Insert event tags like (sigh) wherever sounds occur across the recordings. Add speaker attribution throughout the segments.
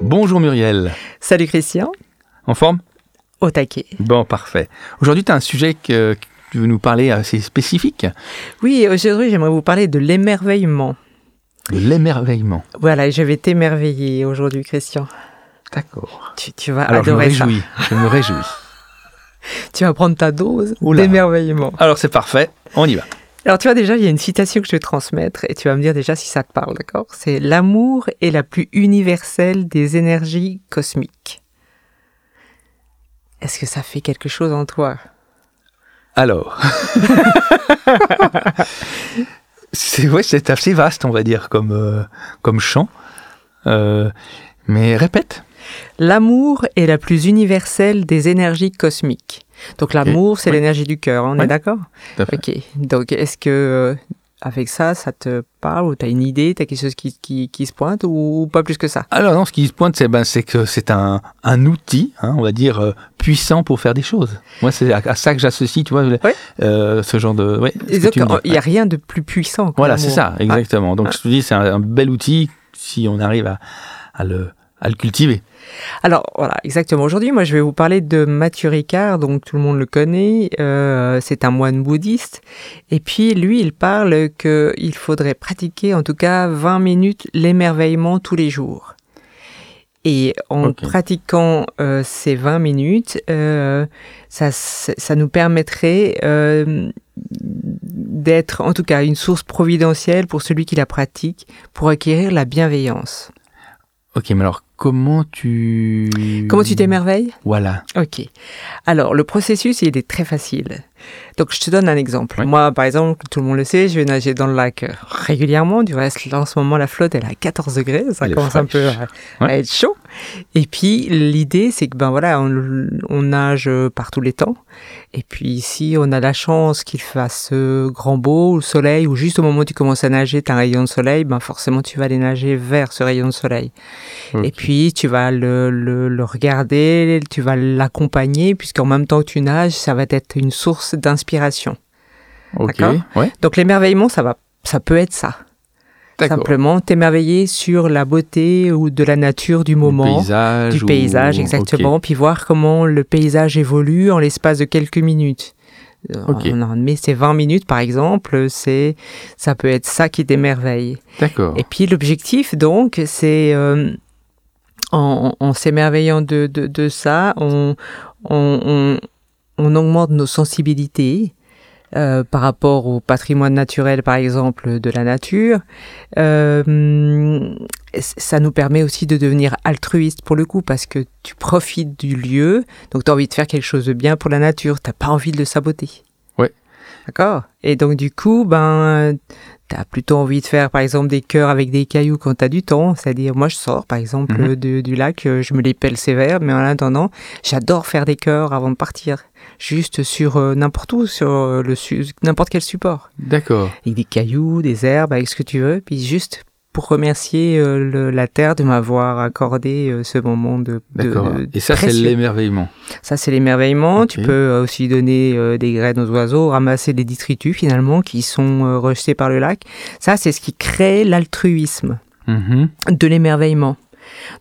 Speaker 1: Bonjour Muriel.
Speaker 2: Salut Christian,
Speaker 1: En forme
Speaker 2: au taquet.
Speaker 1: Bon, parfait. Aujourd'hui, tu as un sujet que, que tu veux nous parler assez spécifique,
Speaker 2: Oui, aujourd'hui j'aimerais vous parler de l'émerveillement.
Speaker 1: de l'émerveillement.
Speaker 2: Voilà, je vais t'émerveiller aujourd'hui Christian.
Speaker 1: D'accord.
Speaker 2: Tu, tu vas
Speaker 1: Alors, je me
Speaker 2: adorer ça.
Speaker 1: réjouis. Je me réjouis.
Speaker 2: Tu vas prendre ta dose
Speaker 1: Oula.
Speaker 2: d'émerveillement.
Speaker 1: (laughs) Alors, c'est parfait. On y va.
Speaker 2: Alors tu vois déjà, il y a une citation que je vais transmettre et tu vas me dire déjà si ça te parle, d'accord C'est l'amour est la plus universelle des énergies cosmiques. Est-ce que ça fait quelque chose en toi
Speaker 1: (laughs) Alors. c'est ouais, c'est assez vaste, on va dire, comme, euh, comme chant. Euh, mais répète.
Speaker 2: L'amour est la plus universelle des énergies cosmiques. Donc l'amour, c'est
Speaker 1: Oui.
Speaker 2: l'énergie du cœur, hein, on
Speaker 1: Oui.
Speaker 2: est d'accord
Speaker 1: Tout à fait.
Speaker 2: Ok. Donc est-ce que euh, avec ça, ça te parle ou t'as une idée, t'as quelque chose qui, qui, qui se pointe ou pas plus que ça
Speaker 1: Alors non, ce qui se pointe, c'est ben, c'est que c'est un, un outil, hein, on va dire, euh, puissant pour faire des choses. Moi, c'est à, à ça que j'associe, tu vois, le-
Speaker 2: Ouais.
Speaker 1: euh, ce genre de... ouais, ce que
Speaker 2: Donc,
Speaker 1: tu me dis.
Speaker 2: Il n'y a rien de plus puissant. que
Speaker 1: Voilà, c'est ça,
Speaker 2: l'amour.
Speaker 1: exactement. Donc
Speaker 2: Ah.
Speaker 1: je te dis, c'est un, un bel outil si on arrive à, à le, à le cultiver.
Speaker 2: Alors voilà, exactement. Aujourd'hui, moi, je vais vous parler de Mathieu Ricard, donc tout le monde le connaît. euh, c'est un moine bouddhiste. Et puis lui, il parle qu'il faudrait pratiquer en tout cas 20 minutes l'émerveillement tous les jours. Et en
Speaker 1: Ok.
Speaker 2: pratiquant euh, ces 20 minutes, euh, ça, ça nous permettrait euh, d'être en tout cas une source providentielle pour celui qui la pratique, pour acquérir la bienveillance.
Speaker 1: Ok, mais alors comment tu...
Speaker 2: Comment tu t'émerveilles
Speaker 1: Voilà.
Speaker 2: Ok. Alors, le processus, il est très facile. Donc, je te donne un exemple.
Speaker 1: Oui.
Speaker 2: Moi, par exemple, tout le monde le sait, je vais nager dans le lac euh, régulièrement. Du reste, là, en ce moment, la flotte, elle est à 14 degrés. Ça
Speaker 1: Elle est
Speaker 2: commence un peu
Speaker 1: fraîche.
Speaker 2: à, à
Speaker 1: Ouais.
Speaker 2: être chaud. Et puis, l'idée, c'est que, ben voilà, on, on nage euh, par tous les temps. Et puis, ici, on a la chance qu'il fasse euh, grand beau, le soleil, ou juste au moment où tu commences à nager, tu as un rayon de soleil, ben forcément, tu vas aller nager vers ce rayon de soleil. Et
Speaker 1: Ok.
Speaker 2: puis, tu vas le, le, le regarder, tu vas l'accompagner, puisqu'en même temps que tu nages, ça va être une source d'inspiration.
Speaker 1: Ok,
Speaker 2: d'accord.
Speaker 1: ouais,
Speaker 2: Donc, l'émerveillement, ça, va, ça peut être ça.
Speaker 1: d'accord.
Speaker 2: Simplement, t'émerveiller sur la beauté ou de la nature du
Speaker 1: Du
Speaker 2: moment.
Speaker 1: paysage.
Speaker 2: Du
Speaker 1: ou-
Speaker 2: paysage,
Speaker 1: ok.
Speaker 2: exactement. Puis voir comment le paysage évolue en l'espace de quelques minutes. Euh,
Speaker 1: Ok.
Speaker 2: On en met ces 20 minutes, par exemple, c'est ça peut être ça qui t'émerveille.
Speaker 1: D'accord.
Speaker 2: Et puis l'objectif, donc, c'est euh, en, en- en s'émerveillant de, de- de ça, on, on, on- on augmente nos sensibilités. euh, par rapport au patrimoine naturel, par exemple, de la nature. Euh, ça nous permet aussi de devenir altruiste pour le coup, parce que tu profites du lieu, donc tu as envie de faire quelque chose de bien pour la nature, tu pas envie de le saboter.
Speaker 1: Ouais.
Speaker 2: D'accord Et donc du coup, ben, tu as plutôt envie de faire par exemple des cœurs avec des cailloux quand tu as du temps, c'est-à-dire moi je sors par exemple
Speaker 1: Mhm.
Speaker 2: euh, de- du lac, euh, je me les pèle sévère, mais en attendant, j'adore faire des cœurs avant de partir, juste sur euh, n'importe où, sur euh, le su- n'importe quel support
Speaker 1: D'accord.
Speaker 2: avec des cailloux, des herbes, avec ce que tu veux, puis juste pour remercier euh, le- la terre de m'avoir accordé euh, ce moment de, de-
Speaker 1: D'accord.
Speaker 2: de-
Speaker 1: Et ça, c'est
Speaker 2: précieux.
Speaker 1: l'émerveillement.
Speaker 2: ça c'est l'émerveillement. Tu
Speaker 1: Ok.
Speaker 2: peux euh, aussi donner euh, des graines aux oiseaux, ramasser des détritus finalement qui sont euh, rejetés par le lac. Ça c'est ce qui crée l'altruisme
Speaker 1: Mhm.
Speaker 2: de l'émerveillement.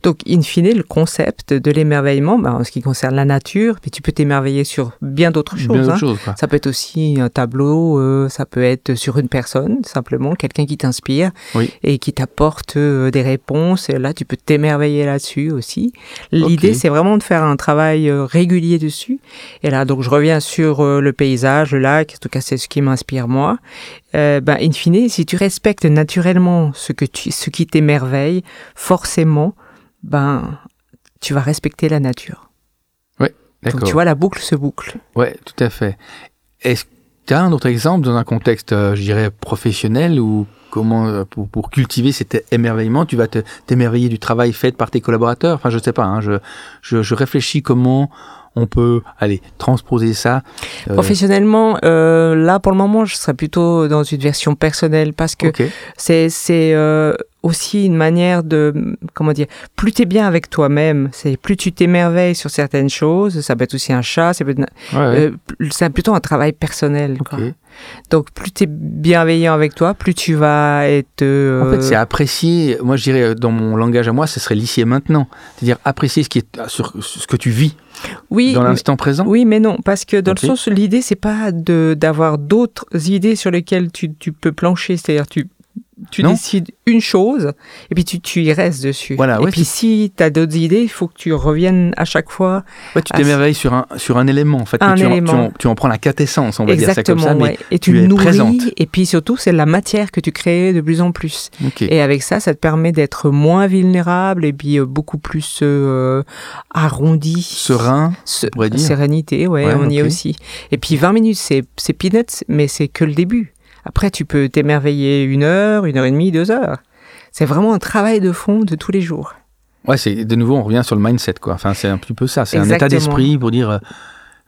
Speaker 2: Donc, in fine, le concept de l'émerveillement, ben, en ce qui concerne la nature, mais tu peux t'émerveiller sur bien d'autres
Speaker 1: Bien
Speaker 2: choses.
Speaker 1: d'autres
Speaker 2: hein.
Speaker 1: choses, quoi.
Speaker 2: Ça peut être aussi un tableau, euh, ça peut être sur une personne, simplement quelqu'un qui t'inspire
Speaker 1: Oui.
Speaker 2: et qui t'apporte euh, des réponses. Et là, tu peux t'émerveiller là-dessus aussi. L'idée,
Speaker 1: Ok.
Speaker 2: c'est vraiment de faire un travail euh, régulier dessus. Et là, donc, je reviens sur euh, le paysage, le lac, en tout cas, c'est ce qui m'inspire moi. Euh, ben, in fine, si tu respectes naturellement ce, que tu, ce qui t'émerveille, forcément, ben, tu vas respecter la nature. Donc,
Speaker 1: D'accord.
Speaker 2: tu vois, la boucle se boucle.
Speaker 1: Ouais, tout à fait. Est-ce que tu as un autre exemple dans un contexte, euh, je dirais, professionnel ou comment, euh, pour, pour cultiver cet émerveillement, tu vas te- t'émerveiller du travail fait par tes collaborateurs Enfin, je sais pas, hein, je, je, je réfléchis comment on peut aller transposer ça. euh,
Speaker 2: Professionnellement, euh, là pour le moment, je serais plutôt dans une version personnelle parce que
Speaker 1: ok.
Speaker 2: c'est c'est euh, aussi une manière de comment dire plus t'es bien avec toi-même, c'est plus tu t'émerveilles sur certaines choses. Ça peut être aussi un chat, ça peut être
Speaker 1: Ouais, ouais.
Speaker 2: euh, pl- c'est plutôt un travail personnel.
Speaker 1: Ah Ok.
Speaker 2: quoi. Donc plus t'es bienveillant avec toi, plus tu vas être euh,
Speaker 1: En fait, c'est apprécier, moi je dirais euh, dans mon langage à moi, ce serait l'ici et maintenant. C'est-à-dire apprécier ce, qui est, sur, ce que tu vis
Speaker 2: oui
Speaker 1: dans
Speaker 2: mais-
Speaker 1: l'instant présent.
Speaker 2: Oui, mais non, parce que dans
Speaker 1: Hein Ok.
Speaker 2: le sens, l'idée, c'est pas de d'avoir d'autres idées sur lesquelles tu, tu peux plancher. C'est-à-dire, tu, tu
Speaker 1: Non.
Speaker 2: décides une chose et puis tu, tu y restes dessus.
Speaker 1: Voilà,
Speaker 2: et
Speaker 1: ouais,
Speaker 2: puis si tu as d'autres idées, il faut que tu reviennes à chaque fois.
Speaker 1: Ouais, tu
Speaker 2: Ah,
Speaker 1: t'émerveilles sur un, sur un élément, en fait.
Speaker 2: Un
Speaker 1: mais tu, en-
Speaker 2: élément.
Speaker 1: tu En, tu en prends la quintessence, on va
Speaker 2: Exactement,
Speaker 1: dire ça comme ça.
Speaker 2: ouais. Et
Speaker 1: tu
Speaker 2: tu,
Speaker 1: es
Speaker 2: nourris.
Speaker 1: présente.
Speaker 2: Et puis surtout, c'est la matière que tu crées de plus en plus.
Speaker 1: Mais, ok.
Speaker 2: Et avec ça, ça te permet d'être moins vulnérable et puis euh, beaucoup plus euh, arrondi.
Speaker 1: Serein,
Speaker 2: Se-
Speaker 1: on pourrait dire.
Speaker 2: Sérénité, ouais,
Speaker 1: Ouais,
Speaker 2: on y est
Speaker 1: ok.
Speaker 2: aussi. Et puis 20 minutes, c'est c'est peanuts, mais c'est que le début. Après, tu peux t'émerveiller une heure, une heure et demie, deux heures. C'est vraiment un travail de fond de tous les jours.
Speaker 1: Ouais, c'est de nouveau on revient sur le mindset quoi. Enfin, c'est un petit peu ça, c'est un état
Speaker 2: Exactement.
Speaker 1: d'esprit pour dire euh,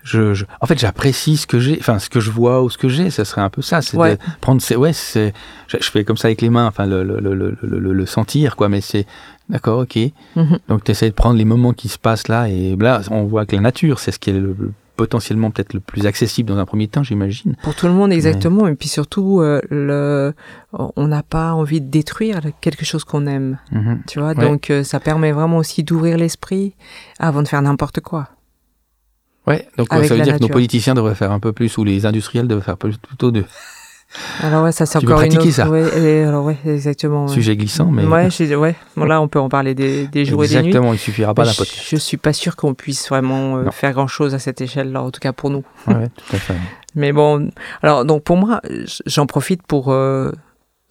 Speaker 1: je, je- en fait, j'apprécie ce que j'ai, enfin ce que je vois ou ce que j'ai, ça serait un peu ça, c'est
Speaker 2: Ouais.
Speaker 1: de prendre ces ouais, c'est je, je fais comme ça avec les mains, enfin le le, le, le, le- le- le sentir quoi, mais c'est d'accord, OK.
Speaker 2: Mhm.
Speaker 1: Donc tu essaies de prendre les moments qui se passent là et là on voit que la nature, c'est ce qui est le- le- potentiellement peut-être le plus accessible dans un premier temps, j'imagine.
Speaker 2: Pour tout le monde, exactement. Et puis surtout, euh, le, on n'a pas envie de détruire quelque chose qu'on aime.
Speaker 1: Mhm.
Speaker 2: Tu vois,
Speaker 1: Ouais.
Speaker 2: donc euh, ça permet vraiment aussi d'ouvrir l'esprit avant de faire n'importe quoi.
Speaker 1: Ouais, donc ouais,
Speaker 2: Avec
Speaker 1: ça veut
Speaker 2: la
Speaker 1: dire que nos
Speaker 2: nature.
Speaker 1: politiciens devraient faire un peu plus ou les industriels devraient faire plus- plutôt de
Speaker 2: Alors ouais, ça c'est
Speaker 1: Tu veux
Speaker 2: encore une
Speaker 1: pratiquer
Speaker 2: autre.
Speaker 1: ça
Speaker 2: ouais, et- alors ouais, exactement. Ouais.
Speaker 1: sujets glissants mais
Speaker 2: Ouais, je- ouais. Bon, là, on peut en parler
Speaker 1: (laughs)
Speaker 2: des, des jours et des nuits.
Speaker 1: Exactement, il suffira pas d'un
Speaker 2: Je-
Speaker 1: podcast.
Speaker 2: Je suis pas sûr qu'on puisse vraiment euh,
Speaker 1: Non.
Speaker 2: faire grand chose à cette échelle-là, en tout cas pour nous.
Speaker 1: Ouais, ouais, tout à fait.
Speaker 2: Mais bon, alors donc pour moi, j- j'en profite pour euh,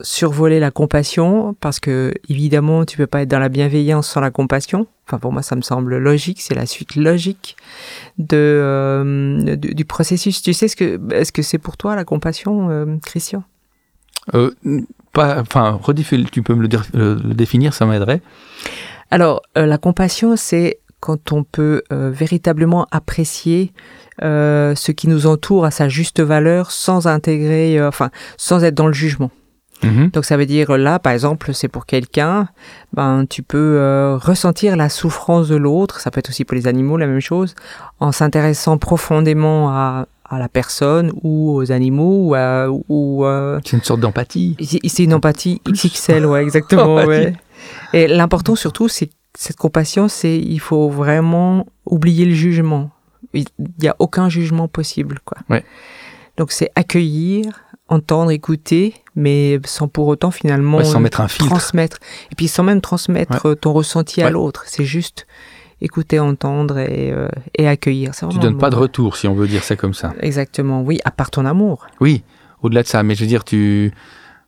Speaker 2: survoler la compassion parce que évidemment, tu peux pas être dans la bienveillance sans la compassion. Enfin, pour moi, ça me semble logique. C'est la suite logique de euh, du, du processus. Tu sais ce que est-ce que c'est pour toi la compassion, euh, Christian
Speaker 1: Euh, pas, enfin, redéfi- tu peux me le, dire- le- le définir, ça m'aiderait.
Speaker 2: Alors, euh, la compassion, c'est quand on peut euh, véritablement apprécier euh, ce qui nous entoure à sa juste valeur sans intégrer, euh, enfin, sans être dans le jugement.
Speaker 1: Mm-hmm.
Speaker 2: Donc, ça veut dire euh, là, par exemple, c'est pour quelqu'un, ben, tu peux euh, ressentir la souffrance de l'autre, ça peut être aussi pour les animaux la même chose, en s'intéressant profondément à, à la personne ou aux animaux ou, à- ou euh,
Speaker 1: C'est une sorte d'empathie.
Speaker 2: c'est c'est une empathie XXL,
Speaker 1: (laughs)
Speaker 2: ouais, exactement.
Speaker 1: Empathie.
Speaker 2: ouais. Et l'important surtout, c'est que cette compassion, c'est il faut vraiment oublier le jugement. Il n'y a aucun jugement possible, quoi.
Speaker 1: Ouais.
Speaker 2: Donc c'est accueillir, entendre, écouter, mais sans pour autant finalement
Speaker 1: Ouais, sans mettre un filtre.
Speaker 2: transmettre. Et puis sans même transmettre euh, ton ressenti à
Speaker 1: Ouais.
Speaker 2: l'autre. C'est juste écouter, entendre et, euh, et accueillir. C'est
Speaker 1: Tu
Speaker 2: vraiment
Speaker 1: donnes
Speaker 2: le
Speaker 1: pas de
Speaker 2: mot.
Speaker 1: retour, si on veut dire ça comme ça.
Speaker 2: Exactement, oui, à part ton amour.
Speaker 1: Oui, au-delà de ça. Mais je veux dire, tu.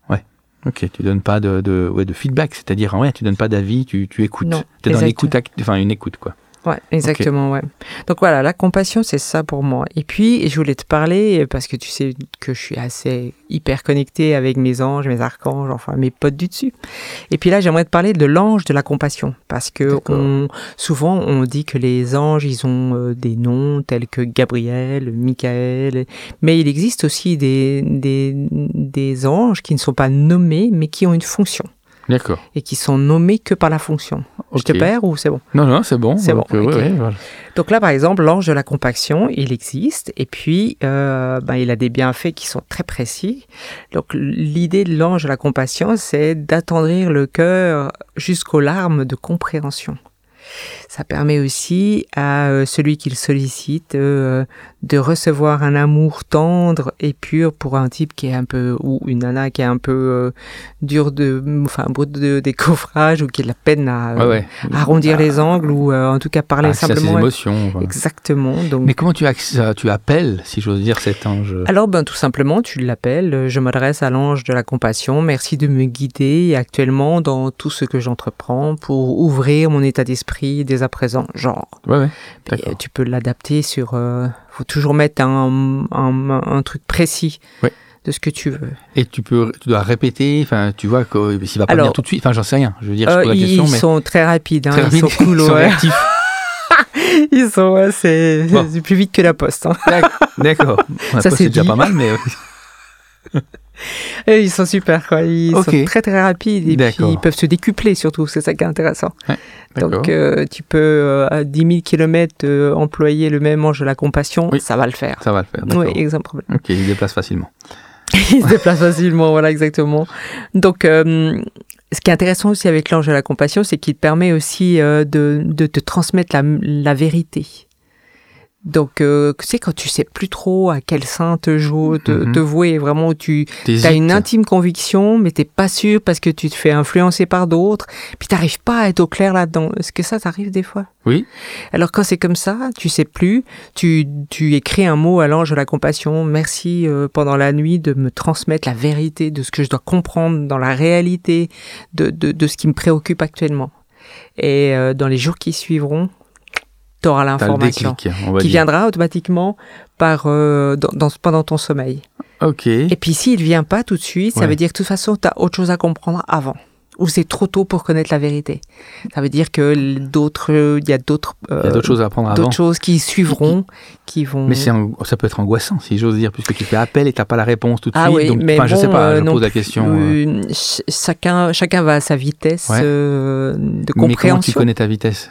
Speaker 1: Ouais. Ok, tu donnes pas de, de, ouais, de feedback, c'est-à-dire, ouais, tu donnes pas d'avis, tu, tu écoutes.
Speaker 2: Non,
Speaker 1: T'es dans
Speaker 2: exact.
Speaker 1: l'écoute, act- enfin, une écoute, quoi.
Speaker 2: Ouais, exactement, ouais. Donc voilà, la compassion, c'est ça pour moi. Et puis, je voulais te parler, parce que tu sais que je suis assez hyper connectée avec mes anges, mes archanges, enfin mes potes du dessus. Et puis là, j'aimerais te parler de l'ange de la compassion, parce que
Speaker 1: D'accord.
Speaker 2: on- souvent, on dit que les anges, ils ont euh, des noms tels que Gabriel, Michael, mais il existe aussi des, des, des anges qui ne sont pas nommés, mais qui ont une fonction,
Speaker 1: D'accord.
Speaker 2: et qui sont nommés que par la fonction.
Speaker 1: Ok.
Speaker 2: Je te perds ou c'est bon
Speaker 1: Non, non, c'est bon.
Speaker 2: C'est
Speaker 1: Euh,
Speaker 2: bon,
Speaker 1: que- ouais,
Speaker 2: ok.
Speaker 1: ouais, voilà.
Speaker 2: donc là, par exemple, l'ange de la compaction, il existe et puis euh, ben, il a des bienfaits qui sont très précis. Donc l'idée de l'ange de la compassion, c'est d'attendrir le cœur jusqu'aux larmes de compréhension. Ça permet aussi à euh, celui qui le sollicite euh, de recevoir un amour tendre et pur pour un type qui est un peu ou une nana qui est un peu euh, dure de, enfin brute de décoffrage ou qui a de la peine à
Speaker 1: Ouais,
Speaker 2: euh,
Speaker 1: ouais.
Speaker 2: arrondir les angles ou euh, en tout cas parler
Speaker 1: Ah, ça, c'est
Speaker 2: simplement.
Speaker 1: l'émotion. voilà.
Speaker 2: Exactement. Donc,
Speaker 1: Mais comment tu, acc- euh, tu appelles, si j'ose dire, cet ange
Speaker 2: alors ben tout simplement, tu l'appelles. euh, Je m'adresse à l'ange de la compassion. Merci de me guider actuellement dans tout ce que j'entreprends pour ouvrir mon état d'esprit dès à présent. Genre,
Speaker 1: Ouais, ouais.
Speaker 2: Et, euh,
Speaker 1: D'accord.
Speaker 2: tu peux l'adapter sur. euh, faut toujours mettre un, un, un truc précis
Speaker 1: Ouais.
Speaker 2: de ce que tu veux.
Speaker 1: Et tu peux, tu dois répéter. Enfin, tu vois que s'il va pas
Speaker 2: Alors-
Speaker 1: bien tout de suite. Enfin, j'en sais rien. Je veux dire, je
Speaker 2: Euh,
Speaker 1: pose la
Speaker 2: ils
Speaker 1: question, mais
Speaker 2: sont très rapides. hein,
Speaker 1: Très
Speaker 2: ils
Speaker 1: rapide,
Speaker 2: sont
Speaker 1: (laughs)
Speaker 2: cool.
Speaker 1: ils sont
Speaker 2: ouais.
Speaker 1: réactifs.
Speaker 2: Ils sont, ouais, c'est (laughs)
Speaker 1: Bon.
Speaker 2: c'est plus vite que la poste. hein.
Speaker 1: D'ac-
Speaker 2: (laughs)
Speaker 1: D'accord. Après,
Speaker 2: c'est
Speaker 1: c'est déjà
Speaker 2: dit.
Speaker 1: pas mal, mais.
Speaker 2: Et ils sont super, quoi. Ils
Speaker 1: Ok.
Speaker 2: sont très très rapides et puis
Speaker 1: D'accord.
Speaker 2: ils peuvent se décupler surtout, c'est ça qui est intéressant.
Speaker 1: D'accord.
Speaker 2: Donc euh, tu peux euh, à 10 000 km euh, employer le même ange de la compassion,
Speaker 1: Oui.
Speaker 2: ça va le faire.
Speaker 1: Ça va le faire. D'accord.
Speaker 2: Oui, exemple problème. (laughs)
Speaker 1: Ok, il déplace facilement.
Speaker 2: Il se déplace facilement, voilà, exactement. Donc, euh, ce qui est intéressant aussi avec l'ange de la compassion, c'est qu'il te permet aussi euh, de, de te transmettre la, la vérité. Donc, euh, tu sais, quand tu sais plus trop à quel saint te, jou- te,
Speaker 1: Mhm.
Speaker 2: te vouer, vraiment, où tu as
Speaker 1: T'hésites.
Speaker 2: une intime conviction, mais t'es pas sûr parce que tu te fais influencer par d'autres, puis t'arrives pas à être au clair là-dedans. Est-ce que ça t'arrive des fois
Speaker 1: Oui.
Speaker 2: alors quand c'est comme ça, tu sais plus, tu, tu écris un mot à l'ange de la compassion, merci euh, pendant la nuit de me transmettre la vérité de ce que je dois comprendre dans la réalité de, de, de ce qui me préoccupe actuellement. Et euh, dans les jours qui suivront, tu auras
Speaker 1: T'as le
Speaker 2: l'information
Speaker 1: déclic, on va
Speaker 2: qui
Speaker 1: dire.
Speaker 2: viendra automatiquement par, euh, dans- dans- pendant ton sommeil.
Speaker 1: Ok.
Speaker 2: Et puis s'il ne vient pas tout de suite, ça
Speaker 1: Ouais.
Speaker 2: veut dire que de toute façon, tu as autre chose à comprendre avant. Ou c'est trop tôt pour connaître la vérité. Ça veut dire que l- d'autres, euh, il y a d'autres
Speaker 1: Il y a
Speaker 2: euh,
Speaker 1: d'autres choses à apprendre avant.
Speaker 2: d'autres choses qui suivront, qui vont.
Speaker 1: Mais c'est ang- ça peut être angoissant, si j'ose dire, puisque tu fais appel et t'as pas la réponse tout de
Speaker 2: Ah
Speaker 1: suite.
Speaker 2: oui,
Speaker 1: donc,
Speaker 2: mais
Speaker 1: enfin, je sais
Speaker 2: bon,
Speaker 1: pas,
Speaker 2: euh,
Speaker 1: je
Speaker 2: non
Speaker 1: pose la
Speaker 2: plus,
Speaker 1: question. euh,
Speaker 2: euh, ch- chacun, chacun va à sa vitesse
Speaker 1: Ouais.
Speaker 2: euh, de
Speaker 1: mais comment tu
Speaker 2: compréhension. Ah,
Speaker 1: connais ta vitesse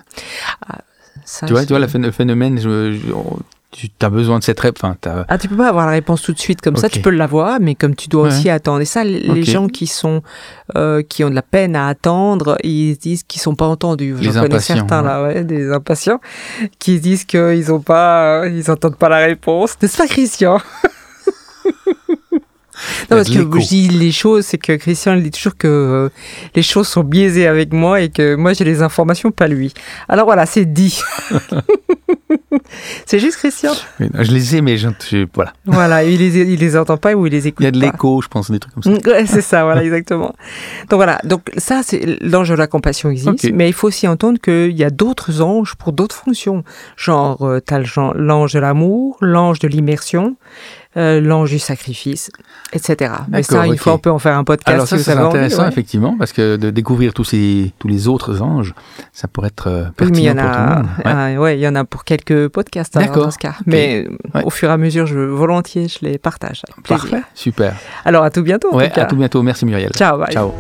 Speaker 2: Ça,
Speaker 1: Tu vois,
Speaker 2: je-
Speaker 1: tu vois, le phé- le phénomène, je- je- on- tu as besoin de cette rép. Enfin, t'as-
Speaker 2: Ah, tu peux pas avoir la réponse tout de suite comme ça.
Speaker 1: Ok.
Speaker 2: Tu peux l'avoir, mais comme tu dois
Speaker 1: Ouais.
Speaker 2: aussi attendre. Et ça, l- les
Speaker 1: Ok.
Speaker 2: gens qui sont, euh, qui ont de la peine à attendre, ils se disent qu'ils sont pas entendus.
Speaker 1: Les
Speaker 2: J'en connais
Speaker 1: impatients,
Speaker 2: certains là, ouais, des impatients, qui se disent qu'ils ont pas, euh, ils entendent pas la réponse. N'est-ce pas, Christian (laughs)
Speaker 1: Il y a
Speaker 2: Non, parce
Speaker 1: de
Speaker 2: que
Speaker 1: l'écho.
Speaker 2: je dis les choses, c'est que Christian il dit toujours que euh, les choses sont biaisées avec moi et que moi j'ai les informations, pas lui. Alors voilà, c'est
Speaker 1: (laughs)
Speaker 2: dit. c'est juste Christian.
Speaker 1: mais non, je les ai, mais je, je- voilà.
Speaker 2: Voilà, il les, il les entend pas ou il les écoute
Speaker 1: Il y a de
Speaker 2: pas. (laughs)
Speaker 1: l'écho, je pense, des trucs comme ça.
Speaker 2: Mm, ouais, c'est ça, voilà, exactement. Donc voilà, donc ça, c'est l'ange de la compassion existe,
Speaker 1: Ok.
Speaker 2: mais il faut aussi entendre qu'il y a d'autres anges pour d'autres fonctions. Genre, euh, t'as le gen- l'ange de l'amour, l'ange de l'immersion, euh, l'ange du sacrifice, etc. Mais ça,
Speaker 1: D'accord,
Speaker 2: il faut
Speaker 1: ok.
Speaker 2: on peut en faire un podcast.
Speaker 1: Alors ça,
Speaker 2: si vous
Speaker 1: c'est
Speaker 2: avez envie,
Speaker 1: intéressant,
Speaker 2: ouais.
Speaker 1: effectivement, parce que de découvrir tous, ces, tous les autres anges, ça pourrait être euh,
Speaker 2: Oui,
Speaker 1: pertinent
Speaker 2: mais il y en
Speaker 1: pour tout le
Speaker 2: a,
Speaker 1: monde. Ouais.
Speaker 2: ah, ouais, il y en a pour quelques podcasts. alors,
Speaker 1: D'accord,
Speaker 2: dans ce cas. Mais euh,
Speaker 1: Ouais.
Speaker 2: au fur et à mesure, je volontiers, je les partage. avec plaisir.
Speaker 1: Parfait, super.
Speaker 2: Alors à tout bientôt. en
Speaker 1: Ouais,
Speaker 2: tout cas.
Speaker 1: à tout bientôt. Merci Muriel.
Speaker 2: Ciao. Bye.
Speaker 1: Ciao.